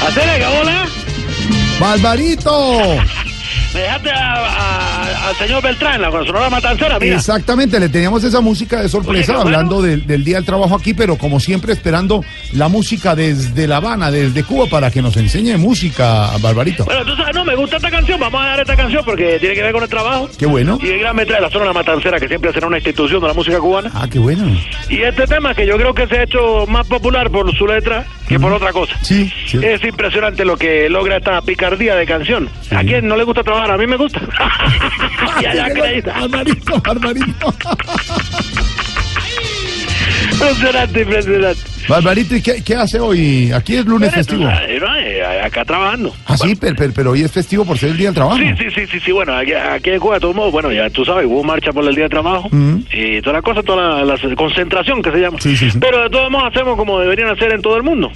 Hacele, hola. ¡Barbarito! Me dejaste a- a- al señor Beltrán, la sonora matancera, mira. Exactamente, le teníamos esa música de sorpresa Oye, bueno. hablando del, del Día del Trabajo aquí, pero como siempre esperando la música desde La Habana, desde Cuba, para que nos enseñe música, Barbarito. Bueno, tú sabes, no, me gusta esta canción, vamos a dar esta canción porque tiene que ver con el trabajo. Qué bueno. Y el gran metra de la zona matancera, que siempre será una institución de la música cubana. Ah, qué bueno. Y este tema que yo creo que se ha hecho más popular por su letra que por otra cosa. Sí, sí. Es impresionante lo que logra esta picardía de canción. ¿A quién no le gusta trabajar? A mí me gusta. ya, ya, creída. Barbarito, Barbarito. Impresionante, impresionante. Barbarito, ¿y qué, qué hace hoy? Aquí es lunes Pero tú festivo. sabes, ¿no? Eh, Acá trabajando. Ah, sí, pero, pero, pero hoy es festivo por ser el Día del Trabajo. Sí, sí, sí, sí, sí, bueno, aquí, aquí en Cuba, de todos modos, bueno, ya tú sabes, hubo marcha por el Día de Trabajo y toda la cosa, toda la, la concentración que se llama. Sí, sí, sí. Pero de todos modos hacemos como deberían hacer en todo el mundo.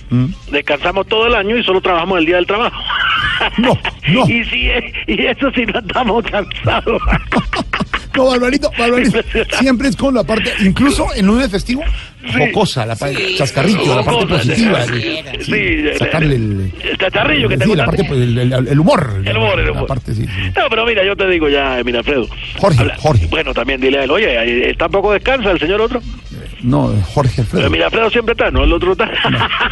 Descansamos todo el año y solo trabajamos el Día del Trabajo. No, no. y, si, es- y eso sí no estamos cansados. No, Barbarito, Barbarito. Siempre es con la parte, incluso en lunes festivo, jocosa, la parte chascarrillo, la parte Jocosa, positiva. sí, el- sí, el- sacarle el. el- el chascarrillo que te Sí, gusta la a parte, ti. pues, el, el- el humor. El humor, el humor. La parte, sí. sí. No, pero mira, yo te digo ya, mira, Alfredo. Jorge, Jorge. Bueno, también dile a él, oye, eh, tampoco descansa el señor otro. No, Jorge Pero Alfredo. Mirafredo siempre está, no el otro está.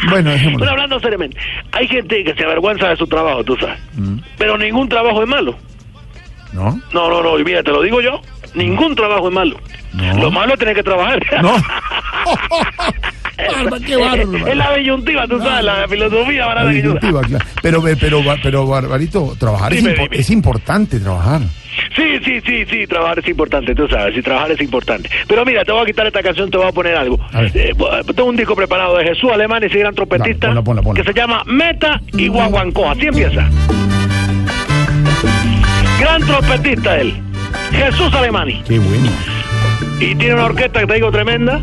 Bueno, dejémoslo. Pero hablando seriamente, hay gente que se avergüenza de su trabajo, tú sabes. Mm. Pero ningún trabajo es malo. ¿No? No, no, no, y mira, te lo digo yo, ningún trabajo es malo. No. Lo malo es tener que trabajar. No. Barba, qué bárbaro. es la disyuntiva, tú sabes, la filosofía barata La que yo- disyuntiva, claro. Pero, pero, Bar- pero, Barbarito, trabajar es, Dime, impo- dime. es importante trabajar. Sí, sí, sí, sí, trabajar es importante, tú sabes, sí, trabajar es importante. Pero mira, te voy a quitar esta canción, te voy a poner algo. A ver. Eh, bo- tengo un disco preparado de Jesús Alemán, ese gran trompetista, Dale, ponla, ponla, ponla. que se llama Meta y Guaguancó. Así empieza. Gran trompetista él, Jesús Alemán. Qué bueno. Y tiene una orquesta que te digo tremenda.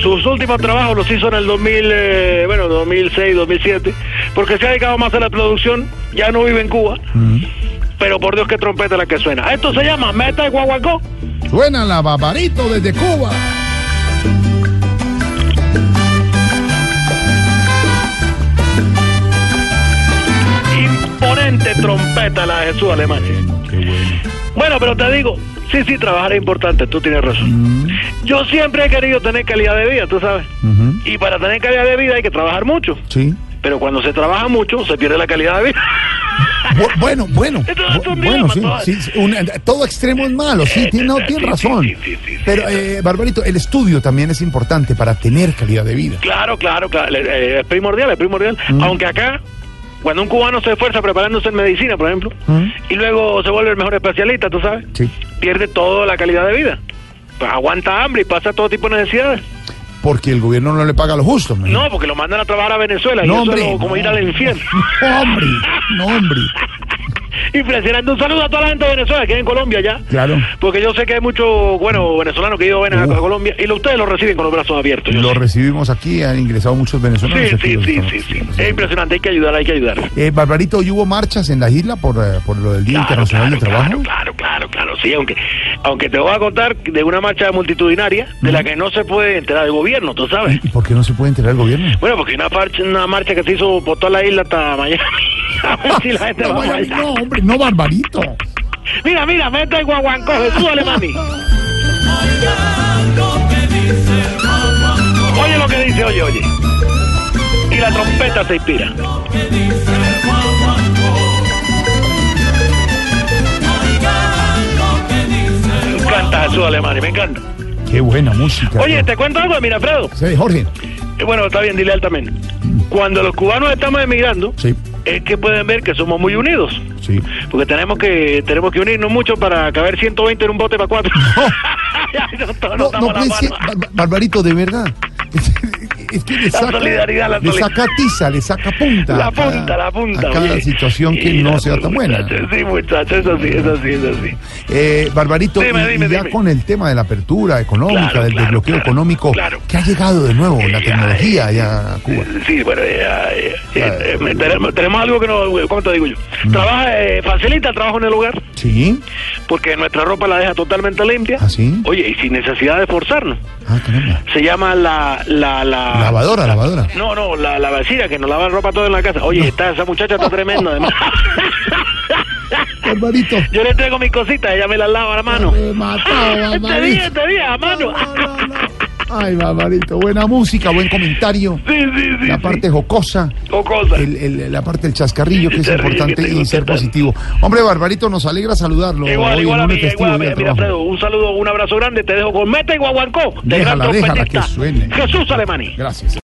Sus últimos trabajos los hizo en el 2000, eh, bueno, 2006, 2007, porque se ha dedicado más a la producción, ya no vive en Cuba. Pero por Dios, qué trompeta la que suena. Esto se llama Meta y Guaguancó. Suena la Barbarito desde Cuba. Imponente trompeta la de Jesús Alemán. Qué bueno. Bueno, pero te digo, sí, sí, trabajar es importante, tú tienes razón. Yo siempre he querido tener calidad de vida, tú sabes. Ujú. Y para tener calidad de vida hay que trabajar mucho. Sí. Pero cuando se trabaja mucho, se pierde la calidad de vida. Bu- Bueno, bueno, Esto bu- Este es un bueno, dilema, sí, todo. sí, sí, un- eh, todo extremo es malo, sí, tiene, no, sí, tiene sí, razón. sí, sí, sí, sí. Pero, eh, Barbarito, el estudio también es importante para tener calidad de vida. Claro, claro, claro. le- eh, Es primordial, es primordial. Mm. Aunque acá, cuando un cubano se esfuerza preparándose en medicina, por ejemplo, Mm. y luego se vuelve el mejor especialista, tú sabes, Sí. pierde toda la calidad de vida. Pues aguanta hambre y pasa todo tipo de necesidades. Porque el gobierno no le paga lo justo. man. No, porque lo mandan a trabajar a Venezuela. y no eso hombre. es lo- como no. ir al infierno. No, hombre, no, hombre. Impresionante. Un saludo a toda la gente de Venezuela que es en Colombia ya. Claro. Porque yo sé que hay muchos, bueno, venezolanos que llevan a Uh. Colombia y lo- ustedes lo reciben con los brazos abiertos. yo Lo sé. recibimos aquí, han ingresado muchos venezolanos. sí, aquí sí, los sí, estamos- sí, sí. Es impresionante. Hay que ayudar, hay que ayudar. Eh, Barbarito, ¿y hubo marchas en la isla por, eh, por lo del Día Internacional del Trabajo? Claro, claro, claro, claro, sí, aunque, aunque te voy a contar de una marcha multitudinaria de la que no se puede enterar el gobierno, tú sabes. ¿Y por qué no se puede enterar el gobierno? Bueno, porque una marcha, una marcha que se hizo por toda la isla hasta Miami. A ver si la gente no, va a Miami, bailar. no, hombre, no, Barbarito. Mira, mira, meta el guaguancó, Jesús Alemani. Oye lo que dice, oye, oye. Y la trompeta se inspira. Me encanta Jesús Alemani, me encanta. Qué buena música. Oye, ¿te cuento algo de Mirafredo? Sí, Jorge. Eh, Bueno, está bien, dile a él también. Cuando los cubanos estamos emigrando, Sí, es que pueden ver que somos muy unidos. sí. Porque tenemos que tenemos que unirnos mucho para caber 120 en un bote para cuatro. Ay, no, no, No, estamos no pues, a la puede ser. mano. Bar- Bar- Barbarito, de verdad. Es que le saca, solidaridad, la le soli- saca tiza, le saca punta. La a cada- punta, la punta. A cada oye. situación que Y no la- sea tan buena. Sí, muchachos, eso sí, eso sí, eso sí. Eh, Barbarito, Dime, y- y dime, ya dime. con el tema de la apertura económica, Claro, del claro, desbloqueo claro, económico, claro. que ha llegado de nuevo la Eh, tecnología eh, ya a Cuba. Sí, bueno, ya, ya, ya, Ah, eh, tenemos, tenemos algo que no. ¿Cómo te digo yo? Mm. Trabaja, eh, facilita el trabajo en el hogar, Sí, porque nuestra ropa la deja totalmente limpia. ¿Ah, sí? Oye, y sin necesidad de esforzarnos. ah, caramba. Se llama la. la, la Lavadora, lavadora. No, no, la, la vecina que nos lava ropa toda en la casa. Oye, está, esa muchacha está tremenda, además. Barbarito. Yo le entrego mis cositas, ella me las lava a la mano. Me mató, Este día, Barbarito. este día, a mano. No, no, no. Ay, Barbarito, buena música, buen comentario. Sí, sí, sí. La parte jocosa. O cosas. el- el- la parte del chascarrillo que es Terrible, importante tengo y ser que estar. positivo. Hombre, Barbarito, nos alegra saludarlo. Igual, hoy igual en a un mí, festivo igual a mí. día de Mira, Alfredo, trabajo. un saludo, un abrazo grande. Te dejo con Meta y Guaguancó, del gran Déjala, déjala trompetista que suene. Jesús Alemani. Gracias.